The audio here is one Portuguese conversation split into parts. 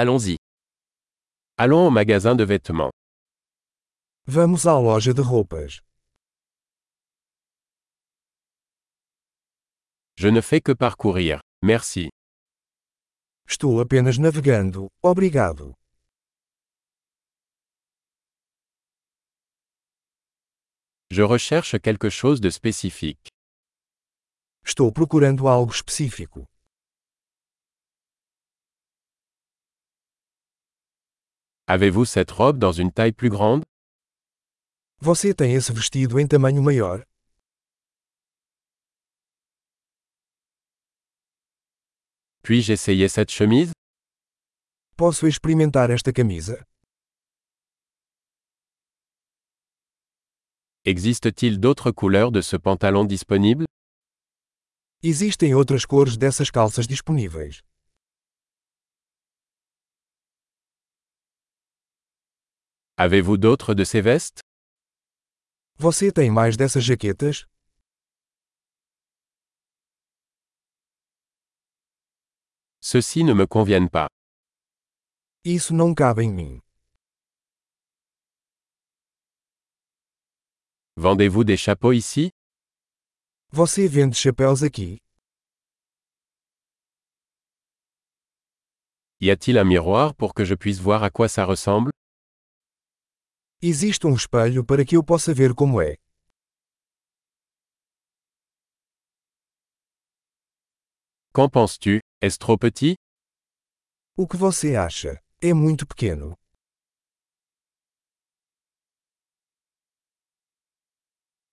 Allons-y. Allons au magasin de vêtements. Vamos à loja de roupas. Je ne fais que parcourir. Merci. Estou apenas navegando, obrigado. Je recherche quelque chose de spécifique. Estou procurando algo específico. Avez-vous cette robe dans une taille plus grande Você tem esse vestido em tamanho maior? Puis-je essayer cette chemise Posso experimentar esta camisa? Existe-t-il d'autres couleurs de ce pantalon disponible Existem outras cores dessas calças disponíveis. Avez-vous d'autres de ces vestes Você tem mais dessas jaquetas? Ceux-ci ne me conviennent pas. Isso não cabe em mim. Vendez-vous des chapeaux ici Você vende chapéus aqui? Y a-t-il un miroir pour que je puisse voir à quoi ça ressemble Existe um espelho para que eu possa ver como é. Qu'en penses-tu Est-ce trop petit O que você acha? É muito pequeno.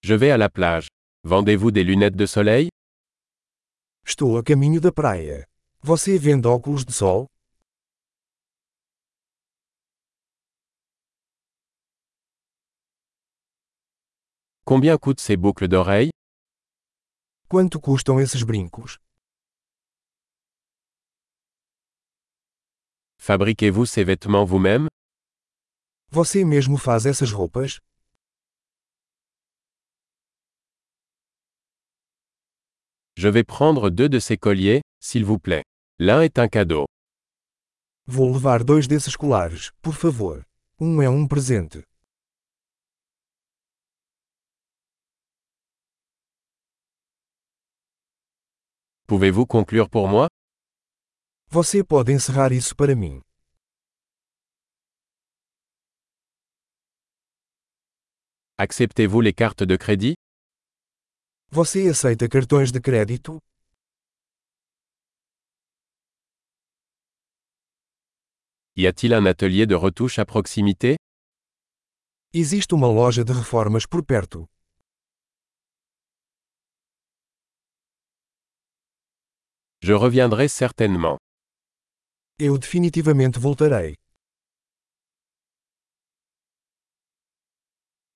Je vais à la plage. Vendez-vous des lunettes de soleil Estou a caminho da praia. Você vende óculos de sol? Combien coûtent ces boucles d'oreilles Quanto custam esses brincos? Fabriquez-vous ces vêtements vous-même Você mesmo faz essas roupas? Je vais prendre deux de ces colliers, s'il vous plaît. L'un est un cadeau. Vou levar dois desses colares, por favor. Um é um presente. Pouvez-vous conclure pour moi Você pode encerrar isso para mim. Acceptez-vous les cartes de crédit Você aceita cartões de crédito? Y a-t-il un atelier de retouche à proximité Existe uma loja de reformas por perto. Je reviendrai certainement. Eu definitivamente voltarei.